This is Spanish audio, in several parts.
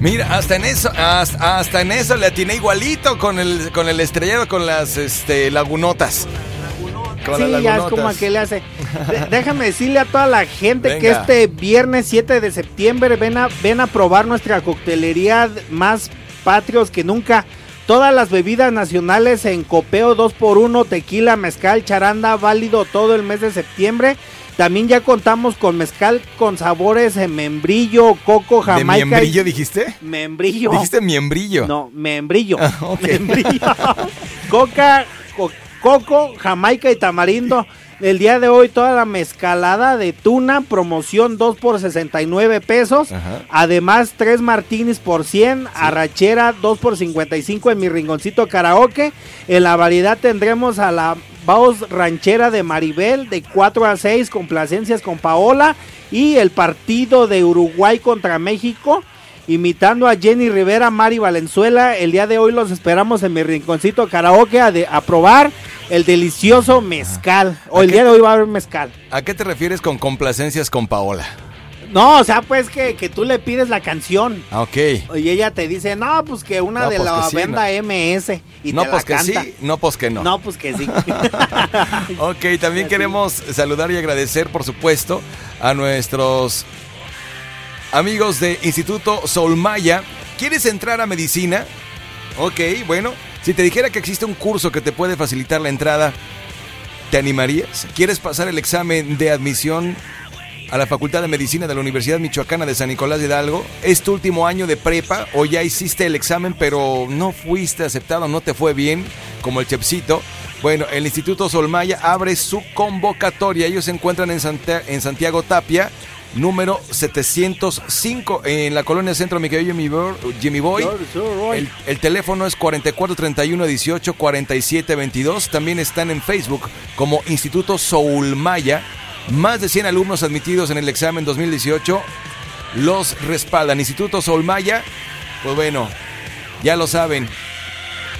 Mira, hasta en eso, hasta, hasta en eso le atiné igualito con el, con el estrellado, con las este, lagunotas. Con las Sí, ya es lagunotas. como que le hace. De- déjame decirle a toda la gente que Venga. este viernes 7 de septiembre ven a, ven a probar nuestra coctelería más patrios que nunca. Todas las bebidas nacionales en copeo 2x1, tequila, mezcal, charanda, válido todo el mes de septiembre. También ya contamos con mezcal con sabores en membrillo, coco, ¿De jamaica. y- miembrillo dijiste? Membrillo. Dijiste miembrillo. No, membrillo. Ah, ok. Membrillo. Coca, co- coco, jamaica y tamarindo. El día de hoy toda la mezcalada de tuna, promoción 2 por 69 pesos. Ajá. Además, tres martinis por 100, arrachera 2 por 55 en mi rinconcito karaoke. En la variedad tendremos a la Baos Ranchera de Maribel de 4 a 6, complacencias con Paola. Y el partido de Uruguay contra México. Imitando a Jenny Rivera, Mari Valenzuela, el día de hoy los esperamos en mi rinconcito karaoke a, de- a probar el delicioso mezcal. O el Aquí- día de hoy va a haber mezcal. ¿A qué te refieres con complacencias con Paola? No, o sea, pues que, que tú le pides la canción. Ah, ok. Y ella te dice, no, pues que una No, de pues la que sí, banda MS. Y no, te pues que la canta. sí, no, pues que no. No. pues que sí. Ok, también Así. queremos saludar y agradecer, por supuesto, a nuestros amigos de Instituto Solmaya. ¿Quieres entrar a medicina? Ok, bueno, si te dijera que existe un curso que te puede facilitar la entrada, ¿te animarías? ¿Quieres pasar el examen de admisión a la Facultad de Medicina de la Universidad Michoacana de San Nicolás de Hidalgo? ¿Es tu último año de prepa o ya hiciste el examen pero no fuiste aceptado, no te fue bien, como el Chepsito? Bueno, el Instituto Solmaya abre su convocatoria. Ellos se encuentran en, Santa- en Santiago Tapia, número 705, en la colonia Centro, mi querido Jimmy Boy- Jimmy Boy. El, el teléfono es 4431184722. También están en Facebook como Instituto Soulmaya. Más de 100 alumnos admitidos en el examen 2018 los respaldan. Instituto Soulmaya, pues bueno, ya lo saben.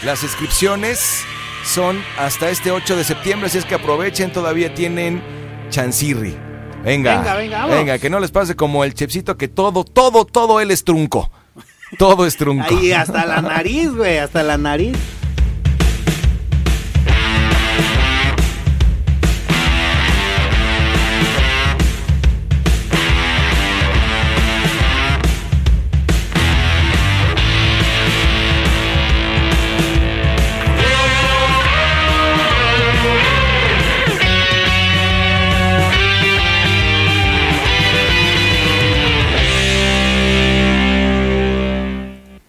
Las inscripciones son hasta este 8 de septiembre, así es que aprovechen, todavía tienen chancirri. Venga, Venga, venga, vámonos. que no les pase como el chepsito que todo, todo, todo él es trunco. Todo es trunco. Ahí hasta la nariz, güey, hasta la nariz.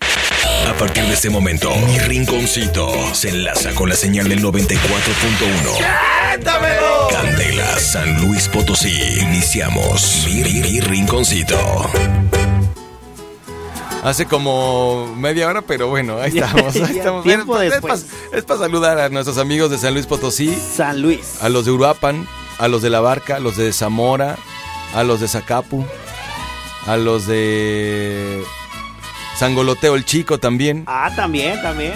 A partir de este momento, mi rinconcito se enlaza con la señal del 94.1. Candela, San Luis Potosí. Iniciamos mi, mi- mi rinconcito. Hace como media hora, pero bueno, ahí estamos. Ahí Ya, estamos. tiempo Bueno, es después. pa- Es para saludar a nuestros amigos de San Luis Potosí, San Luis. a los de Uruapan, a los de La Barca, a los de Zamora, a los de Zacapu, a los de Sangoloteo el Chico también, Ah, también, también.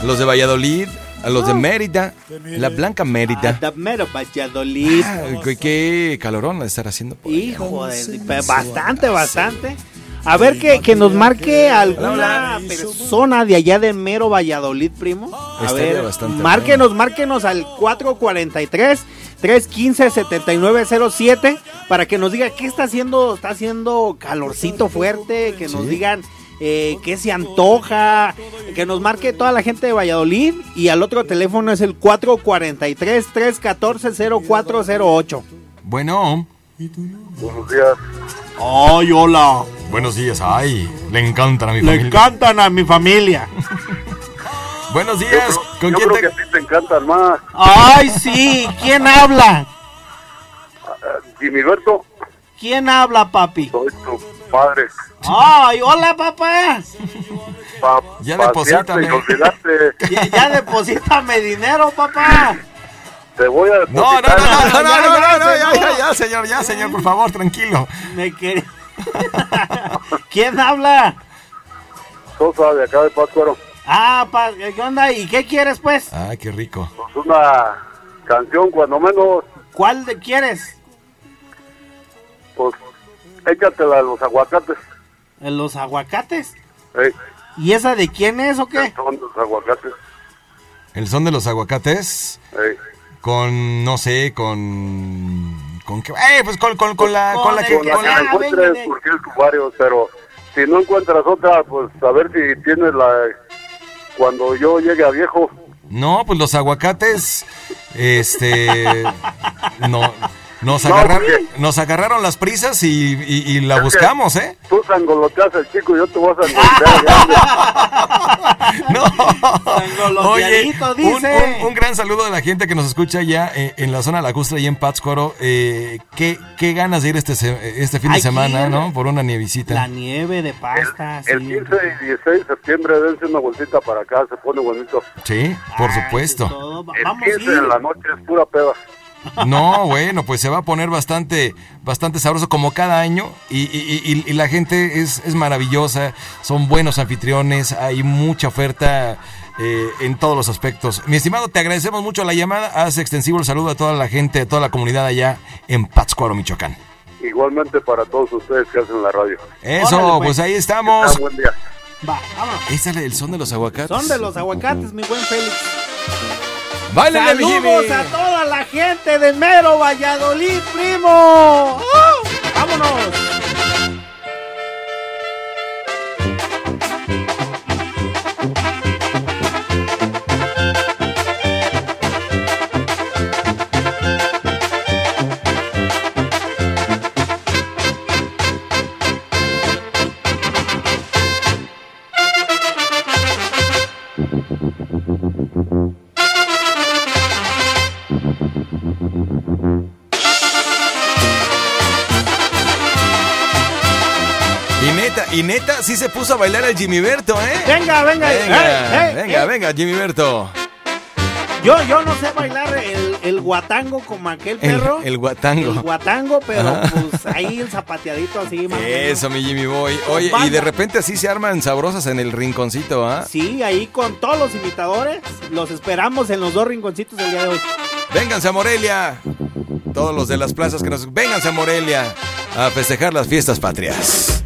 a los de Valladolid, a los de Mérida, la Blanca Ah, Mérida. da- mero Valladolid. Ah, qué- Qué calorón va a estar haciendo. por allá. Hijo de, pe- bastante, bastante. A ver que, que nos marque alguna persona de allá de Mero Valladolid, primo. A Estaría ver, bastante márquenos, márquenos al 443 315 7907 para que nos diga qué está haciendo, está haciendo calorcito fuerte, que nos Sí. digan eh, qué se antoja, que nos marque toda la gente de Valladolid y al otro teléfono es el 443 314 0408. Bueno. Buenos días. Ay, hola. Buenos días. Ay, le encantan a mi Le encantan a mi familia. Buenos Yo, días. creo- ¿Con yo quién creo te- que a ti te encantan más, Ay, sí. ¿Quién habla? Gilberto. ¿Quién habla, papi? Soy tu compadre. ¡Ay, hola, papá! Pa Ya pasearte y deposítame. confinarte. Ya, ya deposítame dinero, papá. Te voy a No, no, no, depositar. no, no, no, Ya, no, ya, no, no, ya, señor. ya, ya, señor, ya, señor, por favor, tranquilo. Me quería. ¿Quién habla? Sosa de acá de Pátzcuaro. Ah, pa, ¿qué onda? ¿Y qué quieres, pues? Ah, qué rico. Pues una canción, cuando menos, ¿Cuál de- quieres? pues échatela de los aguacates. ¿Los aguacates? Ey, ¿Y esa de quién es o qué? son los aguacates. eh. El son de los aguacates Ey, con, no sé, con... ¿Con qué? ¡Eh! Pues con, con, con la... Con la que... Con la Con que Ah, la la... encuentres, véngale. porque es tu varios, pero si no encuentras otra, pues a ver si tienes la. Cuando yo llegue a viejo. No, pues los aguacates, este... No... Nos No, agarraron, porque- nos agarraron las prisas y, y- y la Es que- buscamos, ¿eh? Tú sangoloteas al chico, yo te voy a sangolotear. grande. No. Oye, Sangoloteadito, un, dice. un- un gran saludo de la gente que nos escucha ya eh, en la zona lacustre y en Pátzcuaro. Eh, qué, qué ganas de ir este, se- este fin de Hay que semana, ir. ¿no? Por una nievecita. La nieve de pasta. El sí. 15 y 16 de septiembre dense una vueltita para acá, se pone bonito. Sí, por Ah, eso es supuesto. todo. Va- El Vamos a 15 de ir. la noche es pura peda. No, bueno, pues se va a poner bastante, bastante sabroso como cada año y, y- y- y la gente es, es maravillosa, son buenos anfitriones, hay mucha oferta eh, en todos los aspectos. Mi estimado, te agradecemos mucho la llamada, haz extensivo el saludo a toda la gente, a toda la comunidad allá en Pátzcuaro, Michoacán. Igualmente para todos ustedes que hacen la radio. Eso, Órale, pues. pues. ahí Ah, estamos. buen día. Va, vámonos. Ese es el son de los aguacates. Son de los aguacates, mi buen Félix. ¡Báilale, mi Saludos Jimmy! a toda la gente de Mero Valladolid, primo. ¡Ah! ¡Vámonos! Y neta, y neta, sí se puso a bailar el Jimmy Berto, ¿eh? Venga, venga, Venga, eh, eh, venga, eh. venga, Jimmy Berto. Yo, yo no sé bailar el, el guatango como aquel El, perro. el guatango. El guatango, pero Ajá. pues ahí el zapateadito así, más o menos. Eso, mi Jimmy Boy. Oye, y de Banda. repente así se arman sabrosas en el rinconcito, ¿ah? Sí, ahí con todos los imitadores. Los esperamos en los dos rinconcitos el día de hoy. Vénganse a Morelia. Todos los de las plazas que nos... Vénganse a Morelia a festejar las fiestas patrias.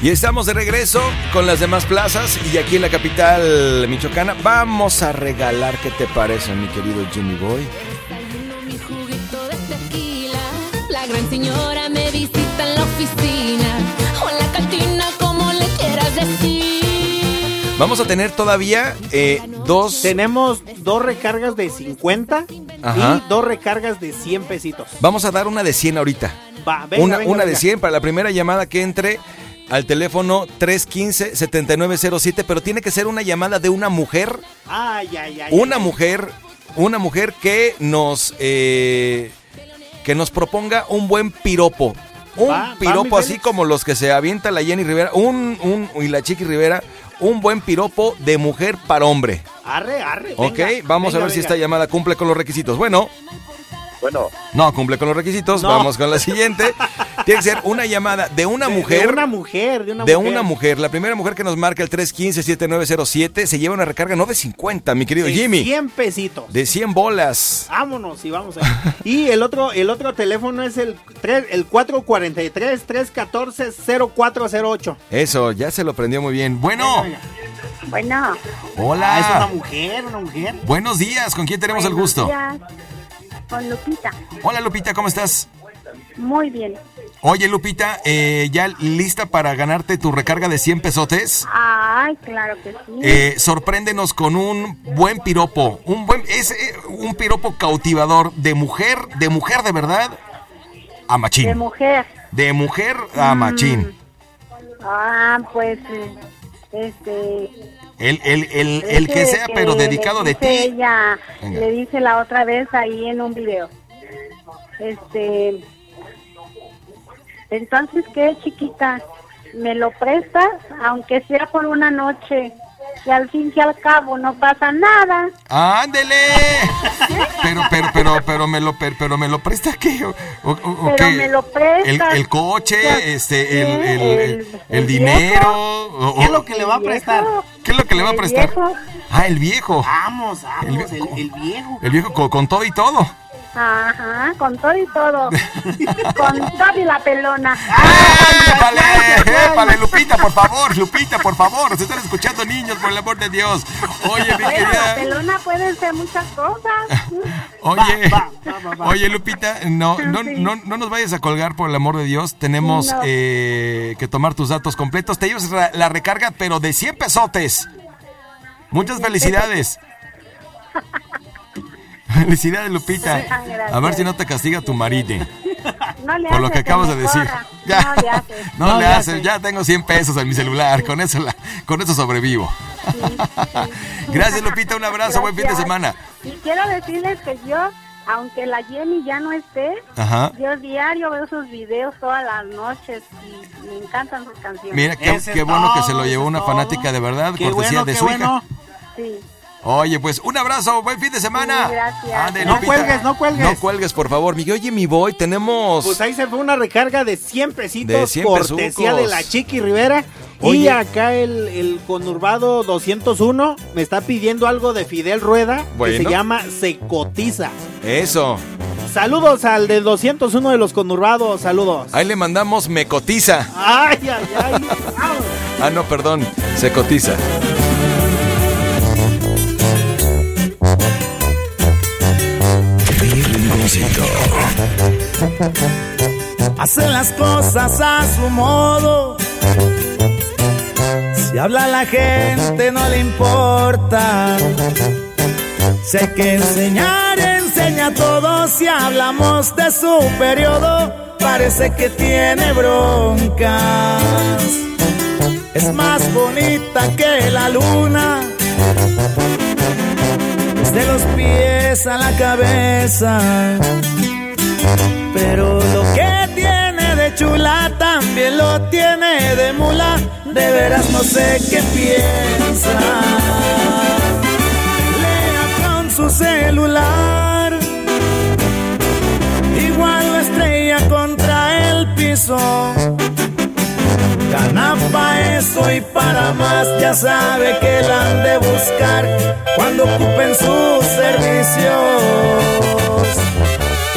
Y estamos de regreso con las demás plazas y aquí en la capital michoacana vamos a regalar, ¿qué te parece, mi querido Jimmy Boy? Desayuno mi juguito de tequila. La gran señora me visita en la oficina. O en la cantina, como le quieras decir. Vamos a tener todavía eh, dos... Tenemos dos recargas de 50 Ajá. y dos recargas de 100 pesitos. Vamos a dar una de 100 ahorita. Va, venga, una venga, una de venga. 100 para la primera llamada que entre al teléfono 315-7907, pero tiene que ser una llamada de una mujer, Ay, ay, ay. una ay. mujer, una mujer que nos, eh, que nos proponga un buen piropo. Un Va, va, mi piropo así Félix. como los que se avienta la Jenny Rivera un, un, y la Chiqui Rivera, un buen piropo de mujer para hombre. Arre, arre. ¿Ok? venga, Vamos a venga, ver si venga. esta llamada cumple con los requisitos. Bueno, Bueno, no cumple con los requisitos. No. Vamos con la siguiente. Tiene que ser una llamada de una De- mujer. De una mujer, de una de mujer. una mujer, la primera mujer que nos marca el 315-7907 se lleva una recarga no de 50, mi querido De Jimmy, 100 pesitos. de 100 bolas. Vámonos y vamos a Y el otro, el otro teléfono es el, tres- el 443-314-0408. Eso, ya se lo prendió muy bien. Bueno, Bueno, Ah, es una hola. mujer, una mujer. Buenos días, ¿con quién tenemos el buenos gusto? días. Con Lupita. Hola Lupita, ¿cómo estás? Muy bien. Oye Lupita, eh, ¿ya lista para ganarte tu recarga de 100 pesotes? Ay, claro que sí. Eh, sorpréndenos con un buen piropo, un buen, es eh, un piropo cautivador de mujer, de mujer de verdad, a De Mm. machín, mujer. de mujer a machín. Ah, pues, eh, este, El, el, el, el que sea, pero le dedicado de dice ti. Ella, Venga. le dice la otra vez ahí en un video. Este. Entonces, ¿qué, chiquita? ¿Me lo prestas? Aunque sea por una noche. Y al fin y al cabo no pasa nada. ¡Ándele! Pero, pero, pero, pero me lo, per- pero me lo presta qué? O- o- o Pero qué? me lo prestas. El, el Ya, coche, este, el, ¿qué? el, el, dinero. o- o- ¿Qué es lo que le va a viejo. prestar? ¿Qué es lo que le va a El prestar? viejo. Ah, el viejo. Vamos, El vamos, el, viejo. el viejo. El viejo con, con todo y todo. Ajá, con todo y todo. con todo y la pelona. ¡Épale! ¡Épale, Lupita, por favor! Lupita, por favor. Se están escuchando niños, por el amor de Dios. Oye, mi Bueno, la querida. pelona pueden ser muchas cosas. Oye, Va, va, va, va, va. oye Lupita, no, no, Sí. no, no nos vayas a colgar, por el amor de Dios. Tenemos No. eh, que tomar tus datos completos. Te llevas la la recarga, pero de 100 pesotes. Muchas felicidades. Felicidades, Lupita. Ah, gracias. A ver si no te castiga tu marido. No le Por lo haces, que acabas de se me decir. corra. Ya. No le haces. No, le haces. Ya tengo 100 pesos en mi celular. Con eso, la- con eso sobrevivo. Gracias, Lupita. Un abrazo. Buen fin de Gracias. semana. Y quiero decirles que yo, aunque la Jenny ya no esté, Ajá. yo diario veo sus videos todas las noches y me encantan sus canciones. Mira, qué, Ese qué es bueno que todo, se lo ese llevó es una todo. fanática de verdad, Qué cortesía bueno, de qué su hija. bueno. Sí. Oye, pues un abrazo, buen fin de semana. Sí, gracias. Ande, No Lupita. cuelgues, no cuelgues. No cuelgues, por favor. Miguel, oye, mi boy, tenemos. Pues ahí se fue una recarga de 100 pesitos De 100 cortesía pesucos. de la Chiqui Rivera. Y Oye. acá el, el conurbado 201 me está pidiendo algo de Fidel Rueda que Bueno. se llama Se cotiza. Eso. Saludos al de 201 de los conurbados, saludos. Ahí le mandamos me cotiza. Ay, ay, ay. Vamos. Ah, no, perdón. Se cotiza. Rinconcito. Hacen las cosas a su modo. Si habla la gente no le importa. Si hay que enseñar, enseña a todos. Si hablamos de su periodo, parece que tiene broncas. Es más bonita que la luna. Desde los pies a la cabeza. Pero lo que tiene de chula también lo tiene de mula. De veras no sé qué piensa. Lea con su celular. Igual lo estrella contra el piso. Canapa eso y para más ya sabe que la han de buscar cuando ocupen sus servicios.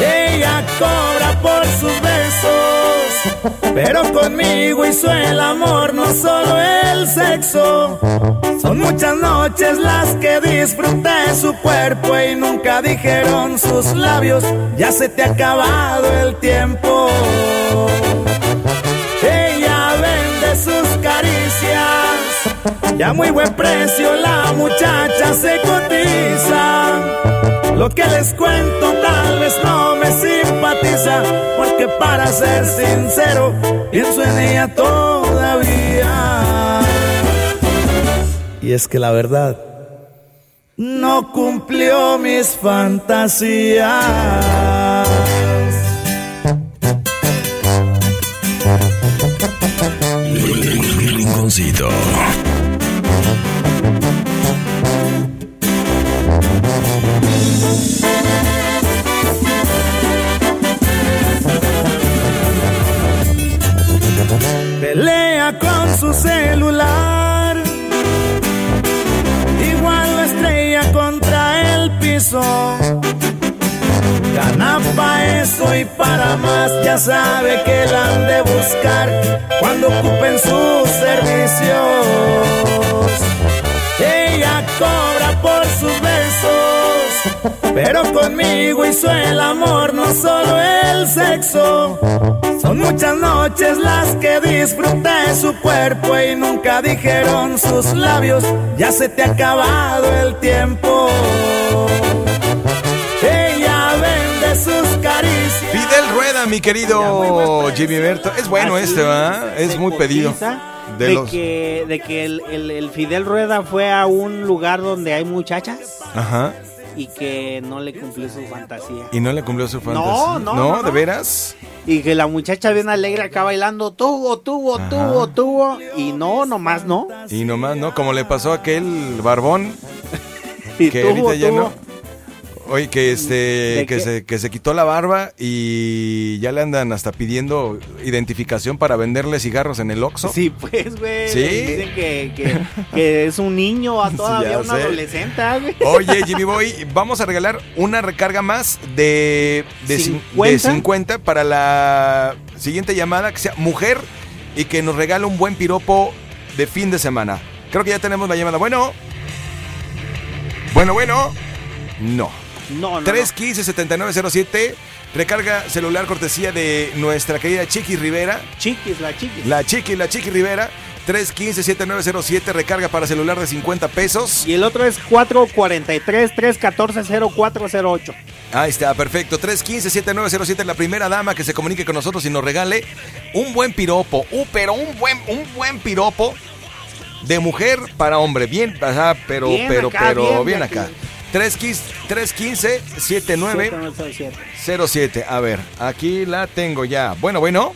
Ella cobra por sus besos, pero conmigo hizo el amor, no solo el sexo. Son muchas noches las que disfruté su cuerpo y nunca dijeron sus labios, ya se te ha acabado el tiempo. Ella vende sus caricias, ya muy buen precio la muchacha se cotiza. Lo que les cuento tal vez no me simpatiza, porque para ser sincero, pienso en ella todavía. Y es que la verdad no cumplió mis fantasías. Rinconcito. pelea con su celular. Igual lo estrella contra el piso. Canapa eso y para más ya sabe que la han de buscar cuando ocupen sus servicios. Ella cobra por sus besos, pero conmigo hizo el amor, no solo el sexo. Son muchas noches las que disfruté su cuerpo y nunca dijeron sus labios, ya se te ha acabado el tiempo. Ella vende sus caricias. Fidel Rueda, mi Ya, muy buen querido precio. Jimmy Berto. Es bueno Así este, ¿va? Es se muy pedido. cotiza. De De, los- que, de que el, el- el Fidel Rueda fue a un lugar donde hay muchachas Ajá. y que no le cumplió su fantasía. Y no le cumplió su fantasía. No, no, no, ¿De no. veras? Y que la muchacha bien alegre acá bailando tuvo, tuvo, Ajá. tuvo, tuvo. Y no, nomás no. Y nomás, ¿no? Como le pasó a aquel barbón. Y que tuvo, ahorita ya tuvo. no. Oye, que este. ¿De Que qué? se, que se quitó la barba y ya le andan hasta pidiendo identificación para venderle cigarros en el Oxxo. Sí, pues, güey. ¿Sí? Dicen que, que- que es un niño, a todavía ya una sé. adolescente, ah, güey. Oye, Jimmy Boy, vamos a regalar una recarga más de, de, cin- de 50. 50 para la siguiente llamada, que sea mujer y que nos regale un buen piropo de fin de semana. Creo que ya tenemos la llamada. Bueno. Bueno, bueno. No. No, no. 315-7907. Recarga celular cortesía de nuestra querida Chiqui Rivera. no. Chiquis, la chiquis. La Chiqui, la Chiqui Rivera. 315-7907. Recarga para celular de 50 pesos. Y el otro es 443-314-0408. Ahí está, perfecto. 315-7907, la primera dama que se comunique con nosotros y nos regale un buen piropo. Uh, pero un buen, un buen piropo de mujer para hombre. Bien, ajá, pero, Bien pero, acá, pero, bien, bien de acá. aquí. 315-7907. 7907. A ver, aquí la tengo ya. Bueno, bueno.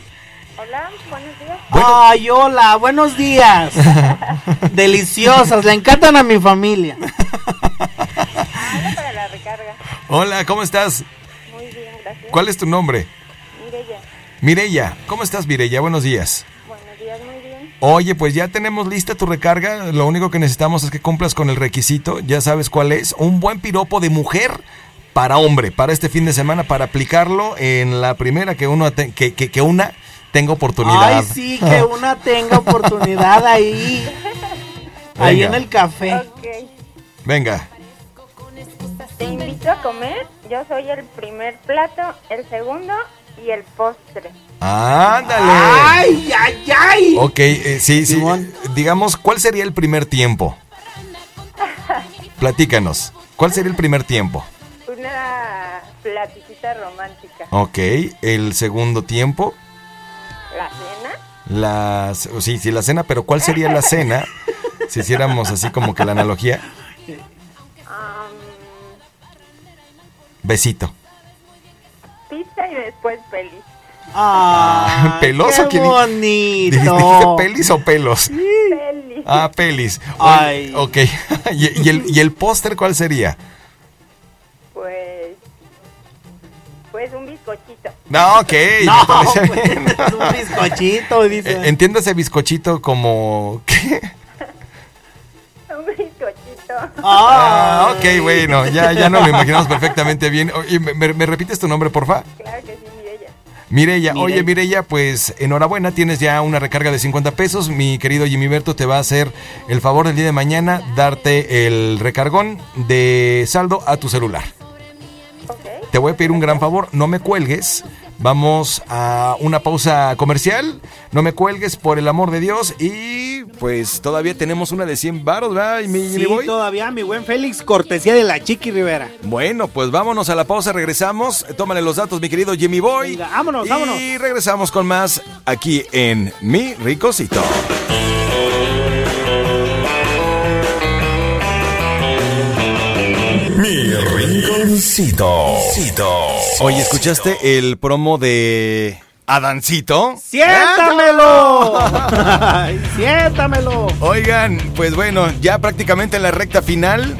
Hola, buenos días. Ay, hola, buenos días. Deliciosas, le encantan a mi familia. Hablo para la recarga. Hola, ¿cómo estás? Muy bien, gracias. ¿Cuál es tu nombre? Mire ya. Mireya. ¿Cómo estás, Mireya? Buenos días. Buenos días, muy bien. Oye, pues ya tenemos lista tu recarga. Lo único que necesitamos es que cumplas con el requisito. Ya sabes cuál es. Un buen piropo de mujer para hombre, para este fin de semana, para aplicarlo en la primera que, uno te- que, que- que una tenga oportunidad. Ay, sí, que una tenga oportunidad ahí. Ahí Venga. en el café. Ok. Venga. Te invito a comer. Yo soy el primer plato, el segundo y el postre. Ándale. ¡Ay, ay, ay! Ok, eh, sí, sí. Digamos, ¿cuál sería el primer tiempo? Platícanos. ¿Cuál sería el primer tiempo? Una platiquita romántica. Ok, el segundo tiempo. La cena. Las, o sí, sí, la cena, pero ¿cuál sería la cena? Si hiciéramos así como que la analogía, am, besito. pizza y después peli. Ah, ¿Peloso? qué ¿Quién di- ¿Dijiste pelis o pelos? Peli. Ah, pelis. Oye, Ay. Ok. ¿Y, y el, ¿Y el póster cuál sería? Pues. Pues un bizcochito. No, ok. No, me parece pues, bien. es un bizcochito, dice. Eh, Entiéndase bizcochito como... ¿qué? Un bizcochito. Ah, ok, bueno, ya, ya nos lo imaginamos perfectamente bien. Oye, ¿me, me- me repites tu nombre, porfa? Claro que sí, Mireya. Mireya, Mireya. oye Mireya, pues enhorabuena, tienes ya una recarga de 50 pesos. Mi querido Jimmy Berto te va a hacer el favor el día de mañana darte el recargón de saldo a tu celular. Te voy a pedir un gran favor, no me cuelgues. Vamos a una pausa comercial. No me cuelgues por el amor de Dios y Pues todavía tenemos una de 100 baros, ¿verdad? Y mi- mi Sí, boy? todavía, mi buen Félix, cortesía de la Chiqui Rivera. Bueno, pues vámonos a la pausa, regresamos. Tómale los datos, mi querido Jimmy Boy. vámonos, y vámonos. regresamos con más aquí en Mi Ricocito. Mi rinconcito. Oye, ¿escuchaste el promo de Adancito? ¡Siéntamelo! Ay, ¡Siéntamelo! Oigan, pues bueno, ya prácticamente en la recta final.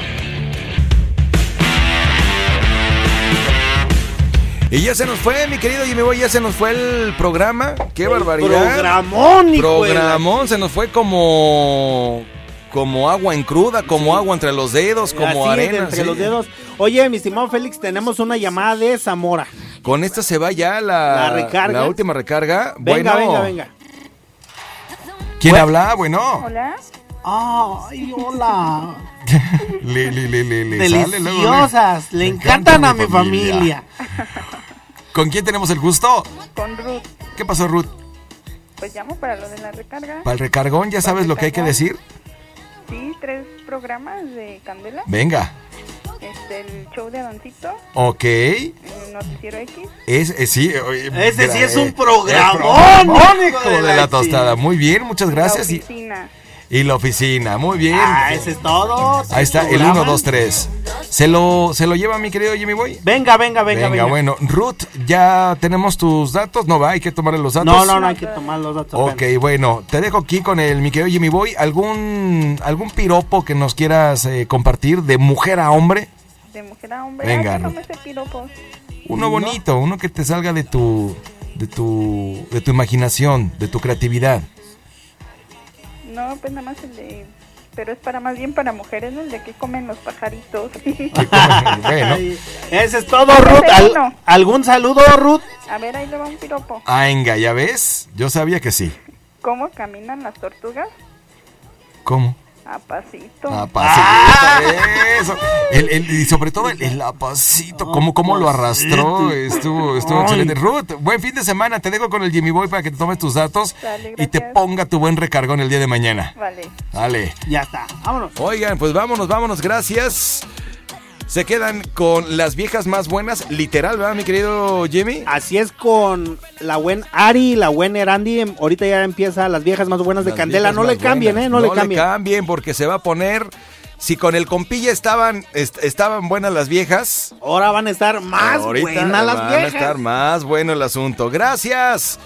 Y ya se nos fue, mi querido Jimmy Boy, ya se nos fue el programa. ¡Qué barbaridad! programón, hijo de la- Programón, se nos fue como. Como agua en cruda, como agua entre los dedos, como Así, de arena. entre sí. los dedos. Oye, mi estimado Félix, tenemos una llamada de Zamora. Con esta se va ya la, La recarga. la última recarga. Venga, bueno, venga, venga. ¿Quién habla? Bueno, Hola. Ay, hola. le, le, le, le- le sale luego, luego. Deliciosas, le encantan a mi familia. ¿Con quién tenemos el gusto? Con Ruth. ¿Qué pasó, Ruth? Pues llamo para lo de la recarga. Para el recargón, ya sabes lo que hay que decir. Sí, tres programas de Candela. Venga. Este, el show de Adoncito, Ok. eh, un noticiero X. Es, eh, sí, eh, oye, Ese sí gra- es un eh, programón, programón, hijo hijo de de la la tostada. Muy bien, muchas Pues gracias. La Y, oficina. y la oficina, muy bien. Ah, ese es todo. Ahí está, el 1, 2, 3. ¿Se lo, ¿Se lo lleva mi querido Jimmy Boy? Venga, venga, venga, venga. bueno. Ruth, ¿ya tenemos tus datos? No, va, hay que tomar los datos. No, no, no hay que tomar los datos. Ok, bueno, te dejo aquí con el mi querido Jimmy Boy. ¿Algún, algún piropo que nos quieras eh, compartir de mujer a hombre? De mujer a hombre. Venga, Ay, déjame ese piropo. Uno bonito, uno que te salga de tu, de tu, de tu imaginación, de tu creatividad. No, pues nada más el de... Pero es para más bien para mujeres, ¿no? El de que comen los pajaritos. Bueno. Ese es todo, Ruth. Al- ¿Algún saludo, Ruth? a ver, ahí le va un piropo. Ah, enga, ¿ya ves? Yo sabía que sí. ¿Cómo caminan las tortugas? ¿Cómo? A pasito. Ah, pasito, eso. El- el- y sobre todo el, el apacito, cómo, cómo lo arrastró, estuvo, estuvo Ay. excelente. Ruth, buen fin de semana, te dejo con el Jimmy Boy para que te tomes tus datos Dale, y te gracias. ponga tu buen recargón el día de mañana. Vale. Dale. Ya está. Vámonos. Oigan, pues vámonos, vámonos, gracias. Se quedan con las viejas más buenas, literal, ¿verdad, mi querido Jimmy? Así es con la buen Ari, la buen Erandi. Em- Ahorita ya empieza las viejas más buenas de Las Candela. viejas No le más cambien, buenas. ¿eh? No, le cambien. porque se va a poner. Si con el compilla estaban, est- estaban buenas las viejas. Ahora van a estar más buenas las van viejas. a estar más bueno el asunto. Gracias.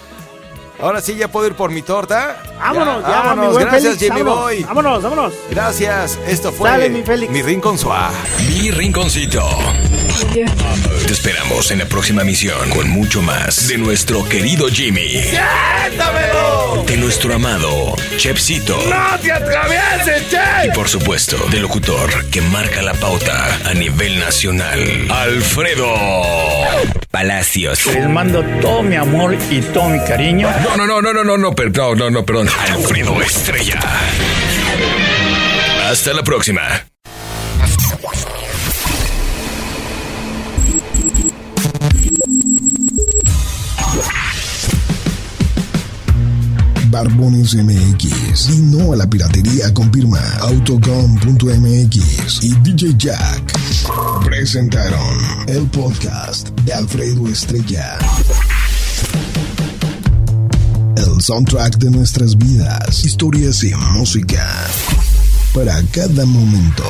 Ahora sí ya puedo ir por mi torta. Vámonos, ya, mi vámonos. buen Gracias, Félix, Jimmy vámonos, Boy. Vámonos, vámonos. Gracias. Esto fue Sale, mi Félix. Rincón Suá. Mi rinconcito. Te esperamos en la próxima misión con mucho más de nuestro querido Jimmy. De nuestro amado Chepsito. ¡No te atravieses, Y por supuesto, del locutor que marca la pauta a nivel nacional, Alfredo Palacios. Les mando todo mi amor y todo mi cariño. No, no, no, no, no, no, no, per- no, no, no, perdón. Alfredo Estrella. Hasta la próxima. Barbones MX. Y no a la piratería con firma autocom.mx y DJ Jack presentaron el podcast de Alfredo Estrella. El soundtrack de nuestras vidas, historias y música para cada momento.